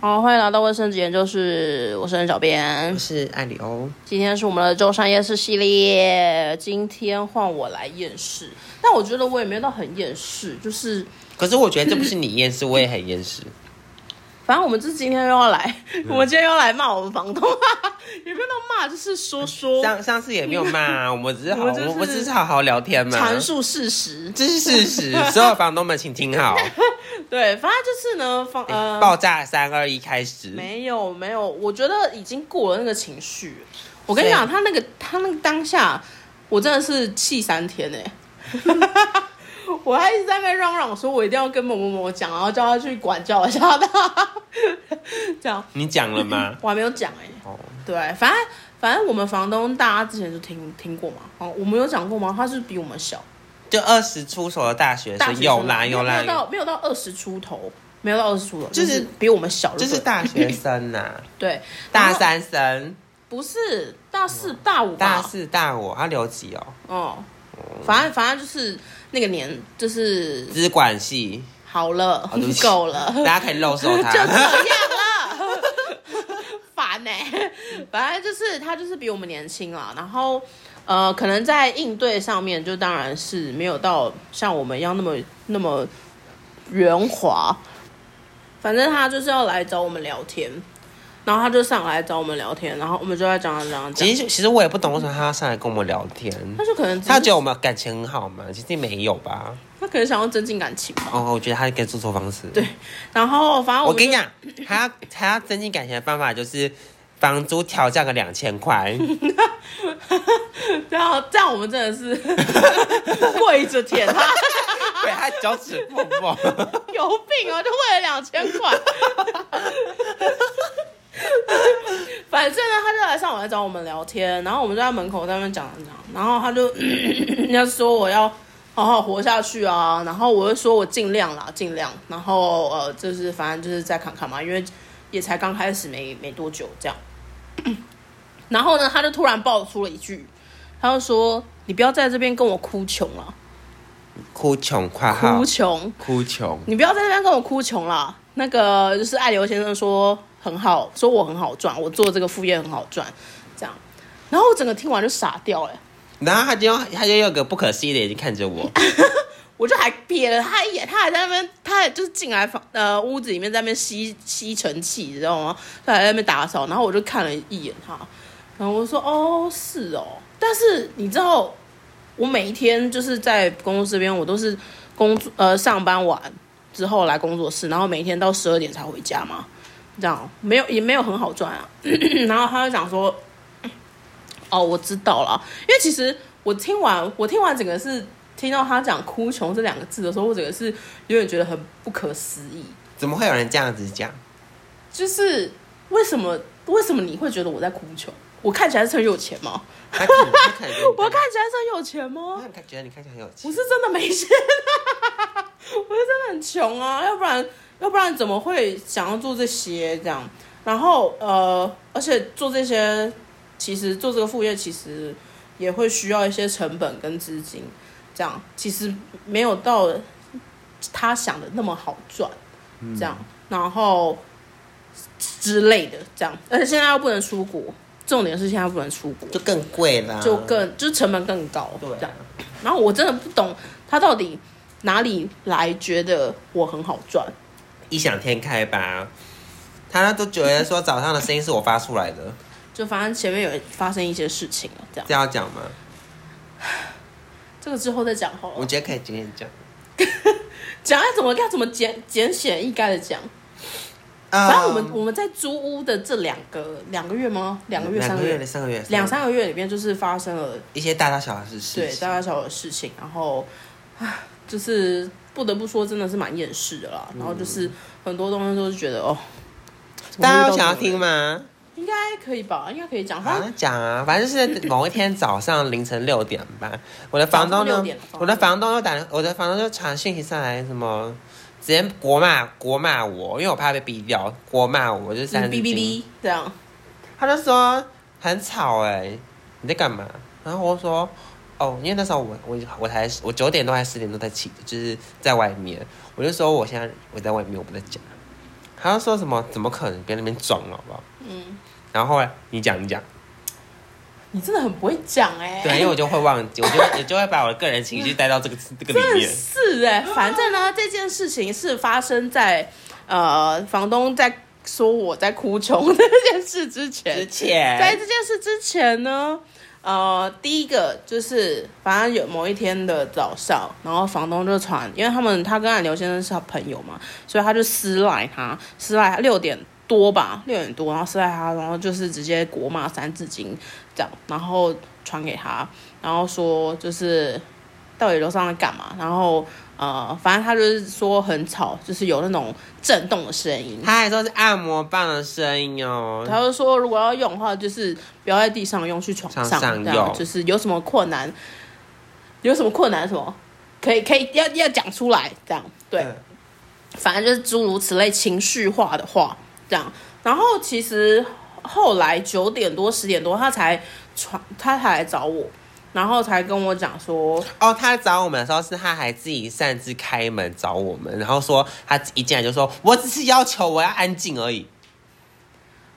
好，欢迎来到卫生纸研究室，我是任小编我。是哦艾里欧，今天是我们的周三夜市系列，今天换我来厌世，但我觉得我也没有到很厌世，就是可是我觉得这不是你厌世，我也很厌世。反正我们就是今天又要来，我们今天又要来骂我们房东，啊 也没有到骂，就是说说上上次也没有骂 啊，我们只是好，我我们就是们只是好好聊天嘛，阐述事实。这是 事实。所有房东们请听好，对，反正就是呢，房呃，爆炸三二一开始。没有没有，我觉得已经过了那个情绪。我跟你讲，谁他那个他那个当下，我真的是气三天 呢、我还一直在那边嚷嚷说，我一定要跟某某某讲，然后叫他去管教一下他。 这样你讲了 吗？我还没有讲哎、哦，对，反正反正我们房东大家之前就听听过嘛，哦，我们有讲过吗？他是比我们小，就二十出头的大学大生，学有生啦嘛有没有啦，到没有到二十出头，没有到二十出头，就就是是比我们小就对了，是大学生呐、 对大然后三生、不是大四大五吧嗯大四、大五，他留级哦，哦，反正反正就是那个年，就是资 管系，好了，哦对不 起够 了，大家可以露手 就这他。样了，烦呢、反正就是他就是比我们年轻啦，然后呃，可能在应对上面，就当然是没有到像我们一样那么那么圆滑。反正他就是要来找我们聊天，然后他就上来找我们聊天，然后我们就在讲讲讲讲其，实其实我也不懂为什么他要上来跟我们聊天，他就可能只是他觉得我们感情很好嘛？其实没有吧。他可能想要增进感情吧。哦，我觉得他可以做错方式。对，然后反正我们跟就你讲，还要还要增进感情的方法就是房租调降个两 千块，这样啊这样我们真的是 跪着舔他，对他脚趾缝 缝。有病啊！就为了两千块。 反正呢，他就来上我来找我们聊天，然后我们就在门口在那边讲讲，然后他就 人家说我要好好活下去啊，然后我就说我尽量啦，尽量，然后呃，就是反正就是再看看嘛，因为也才刚开始没没多久这样。 然后呢，他就突然爆出了一句，他就说：“你不要在这边跟我哭穷了，哭穷括号哭穷。”哭穷，你不要在那边跟我哭穷啦。那个就是爱刘先生说很好，说我很好赚，我做这个副业很好赚，这样。然后我整个听完就傻掉了、欸然后他就用他就用个不可思议的眼睛看 着我，我就还瞥了他一眼，他还在那边，他还就是进来房呃屋子里面在那边吸吸尘器，你知道吗？他还在那边打扫，然后我就看了一眼他，然后我就说哦是哦，但是你知道我每一天就是在公司这边，我都是工作呃上班完之后来工作室，然后每天到十二点才回家嘛，这样没有也没有很好赚啊。 然后他就讲说，哦我知道了，因为其实我听完我听完整个是听到他讲“哭穷”这两个字的时候，我整个是有点觉得很不可思议，怎么会有人这样子讲？就是为什么为什么你会觉得我在哭穷？我看起来是很有钱吗？他可能他可能觉得你 我看起来是很有钱吗？他觉得你看起来很有我钱，是真的没钱、啊，我是真的很穷啊，要不然要不然怎么会想要做这些这样？然后呃，而且做这些，其实做这个副业其实也会需要一些成本跟资金，这样其实没有到他想的那么好赚，这样，然后呃之类的这样，而且现在又不能出国，重点是现在不能出国，就更贵啦，就更就是成本更高，对这样。。啊然后我真的不懂他到底哪里来觉得我很好赚，异想天开吧。他都觉得说早上的声音是我发出来的，就反正前面有发生一些事情了，这样这样讲吗？这个之后再讲好我了。觉得可以今天讲。讲要怎么要怎么简简显易赅的讲，啊反正我们我们在租屋的这两个两个月吗？两个月三两个个月月、三个月、两三个月里面就是发生了一些大大小小的事情。对大大小小的事情，然后唉，就是不得不说真的是蛮厌世的嗯啦。然后就是很多东西都是觉得哦，大家有想要听吗？应该可以吧？应该可以讲，反好正，讲啊，反正就是某一天早上凌晨六点吧，我的房早东上6呢点早上，我的房东又打，我的房东就传讯息上来，什么直接国骂国骂我，因为我怕被逼掉，国骂我我就是哔三字哔经哔这样。他就说很吵哎、你在干嘛？然后我就说哦，因为那时候我我我才我九点多还是十点多才起，就是在外面。我就说我现在我在外面，我不在家。他就说什么怎么可能？别在那边装了，好不好？嗯，然后后来你讲你讲，你真的很不会讲哎、对，因为我就会忘记，我就我就会把我的个人情绪带到这个这个里真的 面。是哎、反正呢，这件事情是发生在呃房东在说我在哭穷这件事之之前，在前这件事之前呢，呃，第一个就是反正有某一天的早上，然后房东就传，因为他们他跟俺刘先生是他朋友嘛，所以他就私赖他，私赖他六点多吧，六点多，然后私赖他，然后就是直接国骂三字经这样，然后传给他，然后说就是到底楼上在干嘛，然后。呃，反正他就是说很吵，就是有那种震动的声音。他还说是按摩棒的声音哦，他就说，如果要用的话，就是不要在地上用，去床上床上这样用就是有什么困难，有什么困难什么，可以可以要要讲出来，这样对，嗯反正就是诸如此类情绪化的话，这样。然后其实后来九点多十点多，他才传，他才来找我，然后才跟我讲说，哦，他找我们的时候是他还自己擅自开门找我们，然后说他一进来就说：“我只是要求我要安静而已。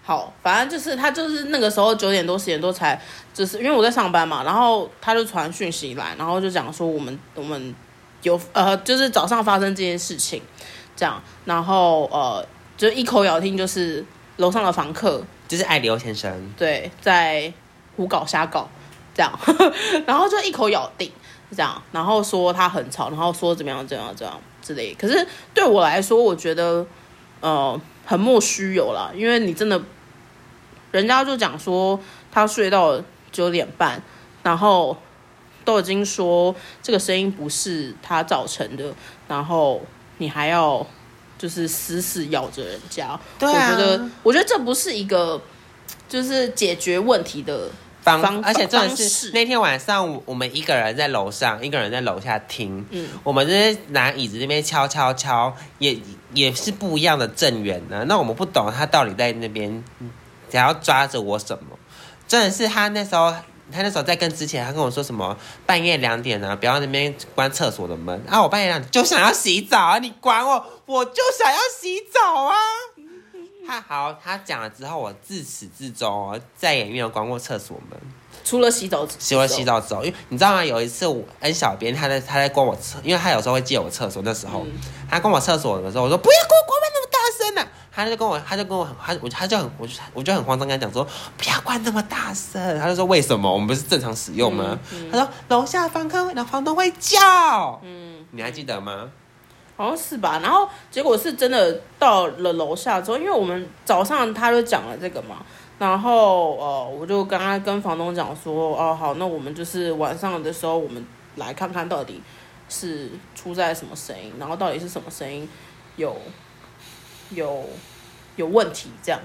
好，反正就是他就是那个时候九点多十点多才，就是因为我在上班嘛，然后他就传讯息来，然后就讲说我们我们有呃，就是早上发生这件事情，这样，然后呃，就一口咬定就是楼上的房客”就是爱刘先生，对在胡搞瞎搞这样， 然后就一口咬定这样，然后说他很吵，然后说怎么样怎么样怎么样之类。可是对我来说，我觉得呃很莫须有啦，因为你真的，人家就讲说他睡到九点半，然后都已经说这个声音不是他造成的，然后你还要就是死死咬着人家，对啊我觉得我觉得这不是一个就是解决问题的方方而且重点方是式那天晚上我我们一个人在楼上，一个人在楼下听，嗯我们就是拿椅子那边敲敲敲，也也是不一样的正缘呢、那我们不懂他到底在那边嗯想要抓着我什么，真的是他那时候。他那时候在跟之前，他跟我说什么半夜两点啊，不要在那边关厕所的门啊！我半夜两点就想要洗澡啊，你管我，我就想要洗澡啊！他好，他讲了之后，我自始至终哦，再也没有关过厕所门。除了洗澡，洗完洗澡之后，因为你知道吗？有一次我跟小编他在他在关我厕，因为他有时候会借我厕所，那时候、嗯他关我厕所的时候，我说不要关关门那么大声啊！他就跟我他就跟我很他我他就很我就我就很慌张跟他讲说不要关那么大声，他就说为什么我们不是正常使用吗？他说楼下房客那房东会叫，嗯，你还记得吗？好像是吧。然后结果是真的到了楼下之后，因为我们早上他就讲了这个嘛，然后呃，我就刚刚跟房东讲说，哦好，那我们就是晚上的时候，我们来看看到底是出在什么声音，然后到底是什么声音有有有问题这样。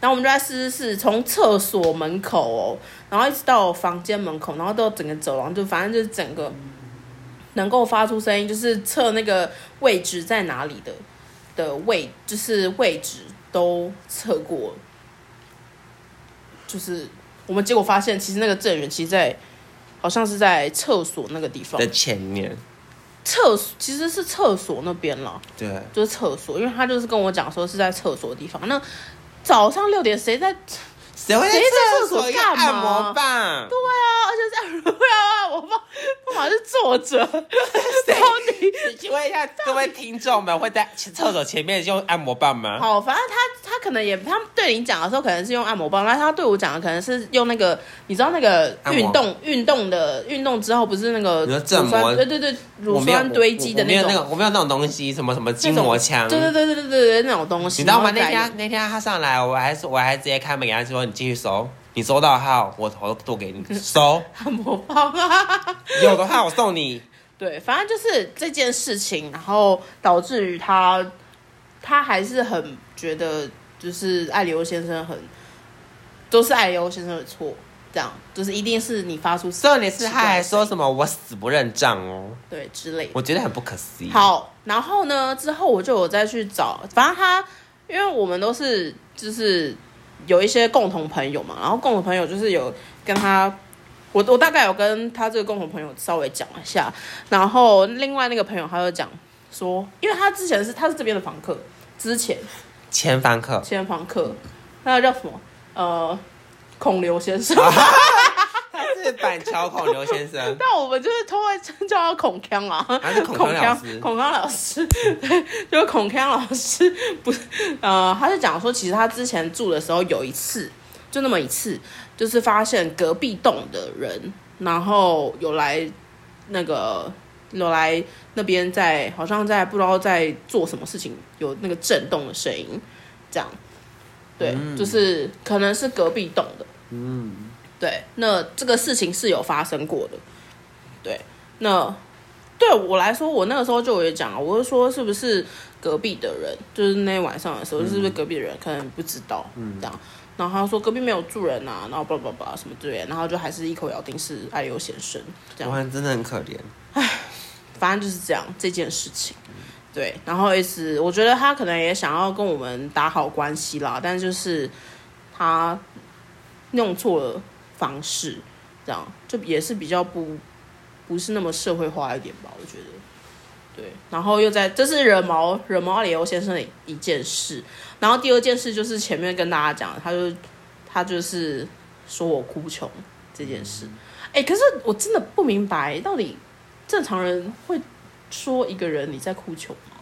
然后我们就在试试试，从厕所门口哦，然后一直到房间门口，然后到整个走廊，就反正就是整个能够发出声音，就是测那个位置在哪里的的位，就是位置都测过，就是我们结果发现，其实那个正源其实在好像是在厕所那个地方在，前面，厕所其实是厕所那边了。对，就是厕所，因为他就是跟我讲说是在厕所的地方。那早上六点谁在？对谁会在谁在厕厕所所用干嘛按摩棒？啊，而且在对啊，我爸干嘛是坐着？谁到底请问一下各位听众们，会在厕所前面用按摩棒吗？好，反正他他可能也他对你讲的时候可能是用按摩棒，但他对我讲的可能是用那个，你知道那个按摩运动运动的运动之后不是那个你说振乳酸膜对对对，乳我没有酸堆积的我没有种，那个，我没有那种东西，什么什么筋膜枪，对对对对对对对那种东西，你知道吗？然后那再天那天他上来，我还说我还直接开门给他说，你继续收，你收到的话我头剁给你 收，按摩棒啊。有的话我 送你。对，反正就是这件事情，然后导致于他，他还是很觉得就是爱刘先生很，都是爱刘先生的错，这样就是一定是你发出重点是他还说什么我死不认账哦，对之类的。我觉得很不可思议。，好，然后呢，之后我就有再去找，反正他，因为我们都是就是有一些共同朋友嘛，然后共同朋友就是有跟他，我我大概有跟他这个共同朋友稍微讲一下，然后另外那个朋友他就讲说，因为他之前是他是这边的房客，之前千 帆客，前房客，那个叫什么？呃，孔刘先生。 他是板桥孔刘先 生，但我们就是通常叫他孔锵啊，还是孔锵老师孔锵老师， 对，就是孔锵老师，不是，呃，他是讲说，其实他之前住的时候有一次，就那么一次，就是发现隔壁栋的人，然后有来那个有来那边在，好像在不知道在做什么事情，有那个震动的声音，这样，对，嗯就是可能是隔壁栋的。对，那这个事情是有发生过的。对，那对我来说，我那个时候就有讲啊，我就说是不是隔壁的人，就是那天晚上的时候，是不是隔壁的人可能不知道，这样。然后他说隔壁没有住人啊，然后巴拉巴拉什么之类的，然后就还是一口咬定是爱优先生这样。哇，真的很可怜。反正就是这样这件事情。对，然后也是，我觉得他可能也想要跟我们打好关系啦，但就是他弄错了方式，这样就也是比较不不是那么社会化一点吧，我觉得。对，然后又在这是惹毛惹毛里欧先生的一件事，然后第二件事就是前面跟大家讲的，他就他就是说我哭穷这件事，哎、可是我真的不明白到底正常人会说一个人你在哭穷吗？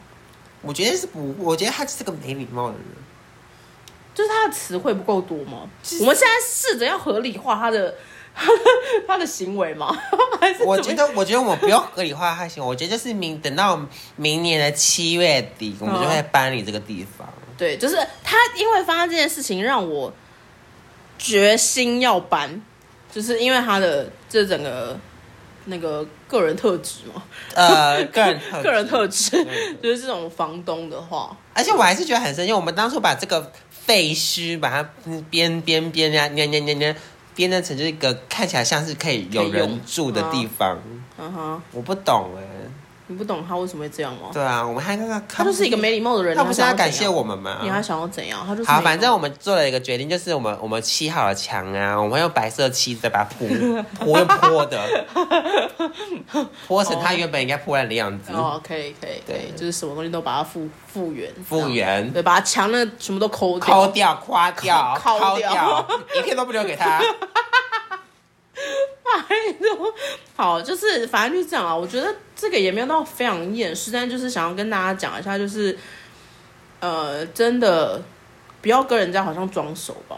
我觉得是不，我觉得他就是个没礼貌的人。就是他的词汇不够多吗其？实我们现在试着要合理化他的 他的行为吗？还是怎么我样觉得，我觉得我们不用合理化他行为，我觉得就是明等到明年的七月底，我们就会搬离这个地方。对，就是他因为发生这件事情，让我决心要搬，就是因为他的这整个那个个人特质嘛，呃，个人特质个人特质对就是这种房东的话，而且我还是觉得很生气，我们当初把这个废墟把它编编编呀，编编编编编得成就是一个看起来像是可以有可以人用住的地方，嗯哼，我不懂哎、你不懂他为什么会这样吗？对啊，我们还那个他就是一个没礼貌的人，他不是要要感谢我们吗？你还想要怎样？他就是好，没反正有我们做了一个决定，就是我们我们漆好了墙啊，我们用白色漆再把它铺铺用泼的，泼成它原本应该破烂的样子。哦，可以可以可以，嗯对就是什么东西都把它复复原，复原对，把它墙那什么都抠掉，抠掉、夸掉、 抠抠掉掉，一片都不留给他。 好，就是反正就是这样啊。我觉得这个也没有到非常厌世，但就是想要跟大家讲一下，就是呃，真的不要跟人家好像装熟吧。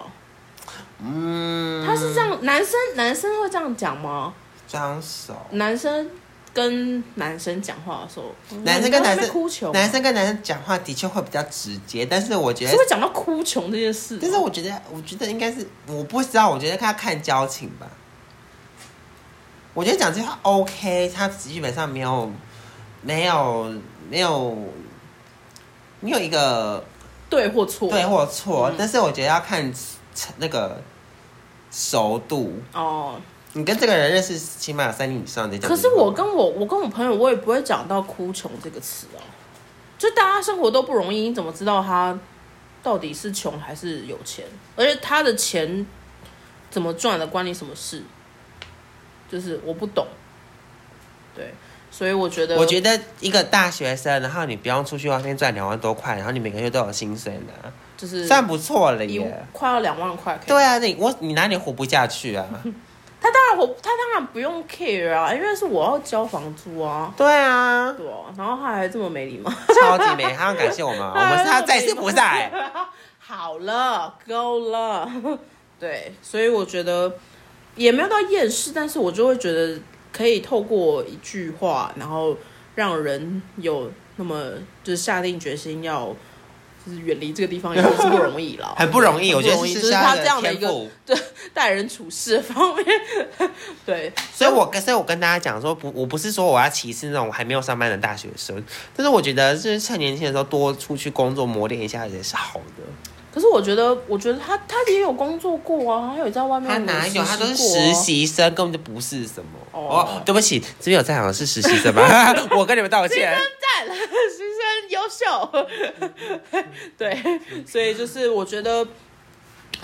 嗯，他是这样，男生男生会这样讲吗？装熟。男生跟男生讲话的时候，男生跟你不要在那男边生哭穷，啊男生跟男生讲话的确会比较直接，但是我觉是得会，讲到哭穷这件事哦吗。但是我觉得，我觉得应该是，我不知道，我觉得他看交情吧。我觉得讲这话 OK，他基本上没有，没有，没有，没有一个对或错，嗯对或错，但是我觉得要看那个熟度，哦。你跟这个人认识起码有三年以上的。可是我跟我我跟我朋友，我也不会讲到哭穷这个词啊。就大家生活都不容易，你怎么知道他到底是穷还是有钱？而且他的钱怎么赚的，关你什么事？就是我不懂。对，所以我觉得，我觉得一个大学生，然后你不用出去外面赚两万多块，然后你每个月都有薪水拿，就是算不错了一耶。快要两万块可以。对啊，你我你哪里活不下去啊？他当然啊我他当然不用 care 啊，因为是我要交房租啊。对啊，对啊，然后他还这么没礼貌。超级美，他要感谢我 们，我们是他再次菩萨 欸。好了，够了。 对，所以我觉得也没有到厌世，但是我就会觉得可以透过一句话，然后让人有那么就是下定决心要就是远离这个地方，也不是不容易啦。很不容易，我觉很不容得易是就是他的这样的天一个赋。待人处事方面， 对，所以我跟所以我跟大家讲说，不，我不是说我要歧视那种还没有上班的大学生，但是我觉得就是趁年轻的时候多出去工作磨练一下也是好的。可是我觉得，我觉得他他也有工作过啊，他有在外面他哪有？他都是实实习啊习生，根本就不是什么。哦嗯哦，对不起，这边有在场的是实习生吧？ 我跟你们道 歉。赞，先生优秀， 对，所以就是我觉得，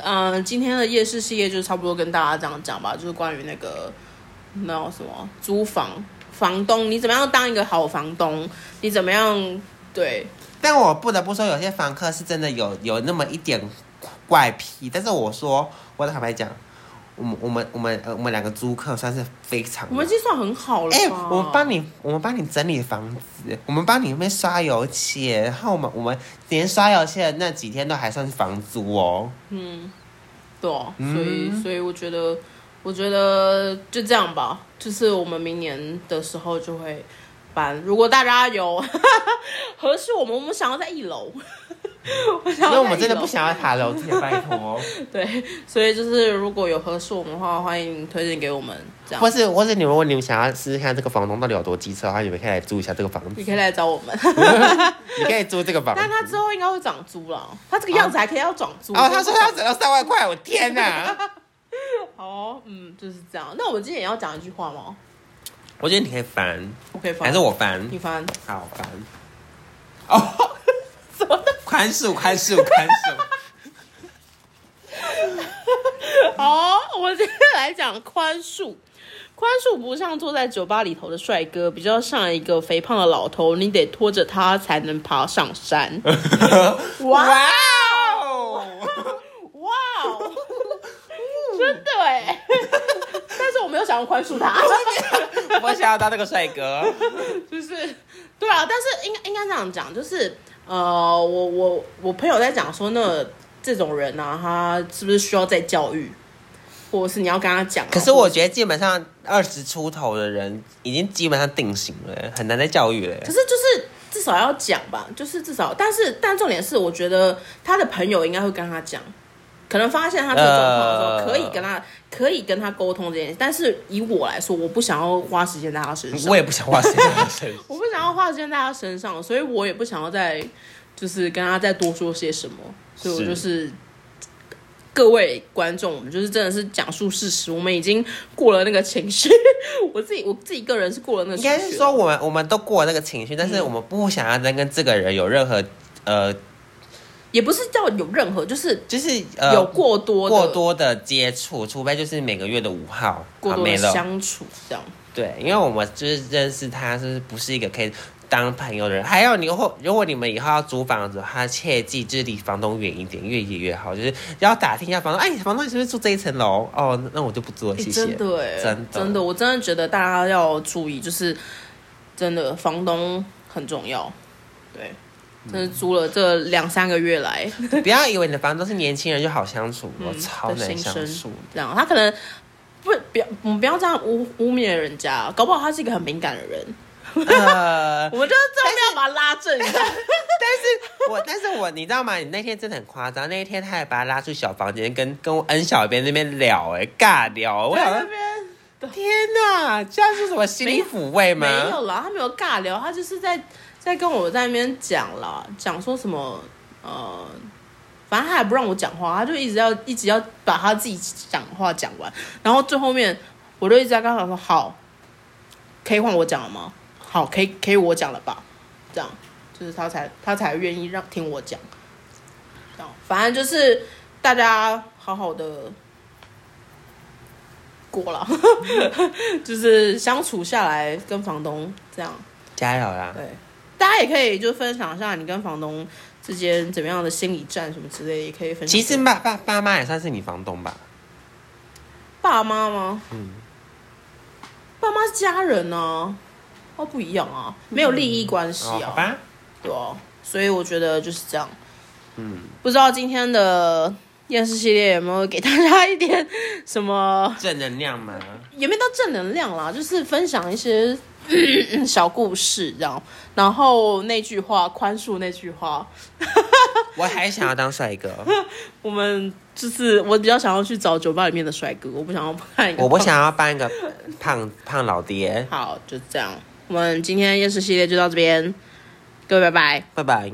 嗯、今天的夜市系列就差不多跟大家这样讲吧，就是关于那个那叫什么租房房东，你怎么样当一个好房东，你怎么样对，但我不得不说，有些房客是真的有有那么一点怪癖。但是我说，我坦白讲，我们我们我们呃我们两个租客算是非常我们已哦经算很好了吧。哎、我们帮你，我们帮你整理房子，我们帮你那边刷油漆，然后我们我们连刷油漆的那几天都还算是房租哦。嗯，对哦、所以、嗯所以我觉得，我觉得就这样吧，就是我们明年的时候就会搬。如果大家有 合适我们，我们想要在一楼，我想要因嗯为我在们一真的楼不想要爬楼梯，拜托。对，所以就是如果有合适我们的话，欢迎推荐给我们。这样 或是或是你们如果你们想要试试看这个房东到底有多机车的话，你们可以来租一下这个房子， 你可以来找我 们，你可以租这个房子。但他之后应该会涨租了，他这个样子还可以要涨租。哦，他说他只要三万块，我天哪！哦，嗯，就是这样。那我今天也要讲一句话吗？我觉得你可以翻，我可以翻，还是我翻？你翻？好翻。哦，什么？宽恕，宽恕，宽恕。好，哦我今天来讲宽恕。宽恕不像坐在酒吧里头的帅哥，比较像一个肥胖的老头，你得拖着他才能爬上山。哇 哇哦！哇哦，真的哎！但是我没有想要宽恕他，我想要当那个帅哥。就是对啊，但是应该应该这样讲，就是呃，我我我朋友在讲说那这种人啊，他是不是需要再教育，或者是你要跟他讲啊、可是我觉得基本上二十出头的人已经基本上定型了，很难再教育了可。是就是至少要讲吧，就是至少，但是但重点是，我觉得他的朋友应该会跟他讲，可能发现他这个状况的时候，呃可以跟他可以跟他沟通这件事。但是以我来说，我不想要花时间在他身上，我也不想花时间在他身 上。我不想要花时间在他身上，所以我也不想要再就是跟他再多说些什么，所以我就是。各位观众，我们就是真的是讲述事实，我们已经过了那个情绪。 我自己我自己个人是过了那个应情绪了，该是嗯说我们我们都过了那个情绪，但是我们不想要再跟这个人有任何呃，也不是叫有任何，就是就是呃有过多的过多的接触，除非就是每个月的五号过啊多没的了。相处这样。对，因为我们就是认识他，就是不是一个可以当朋友的人。还有你后，如果你们以后要租房子的话，切记就是离房东远一点，越远越好。就是要打听一下房东，哎，房东你是不是住这一 层楼？哦，那那我就不住了，诶谢谢。真的哎，真的真的，我真的觉得大家要注意，就是真的房东很重要。对，嗯真的租了这两三个月来，不要以为你的房东是年轻人就好相处， 我、嗯超的难心相声处。这样他可能不不要，我们不要这样污污蔑人家，搞不好他是一个很敏感的人，呃， 我们就是这么要把他拉正一下。我但是我你知道吗？你那天真的很夸张，那一天他还把他拉出小房间，跟跟我恩小编那边聊、哎，尬聊。我在想 那说，边天哪，这样是什么心理抚慰吗？没有啦，他没有尬聊，他就是在在跟我在那边讲啦，讲说什么呃，反正他也不让我讲话，他就一直要一直要把他自己讲话讲完，然后最后面我就一直在跟他讲说好，可以换我讲了吗？好，可以可以我讲了吧？这样就是他才他才愿意让听我讲，这样反正就是大家好好的。过了，就是相处下来跟房东这样，加油啦！对，大家也可以就分享一下你跟房东之间怎么样的心理战什么之类的，也可以分享。其实爸爸爸妈也算是你房东吧？爸妈吗？嗯，爸妈是家人啊，哦不一样啊，没有利益关系哦，好啊，吧，对啊，所以我觉得就是这样。嗯，不知道今天的厌世系列有没有给大家一点什么，正能量嘛。也没到正能量啦，就是分享一些 小故事这样。然后那句话，宽恕那句话，我还想要当帅 哥，我们就是我比较想要去找酒吧里面的帅哥，我不想要看一个我不想要扮一个胖胖老爹。胖。好，就这样。我们今天夜市系列就到这边，各位拜拜。拜拜。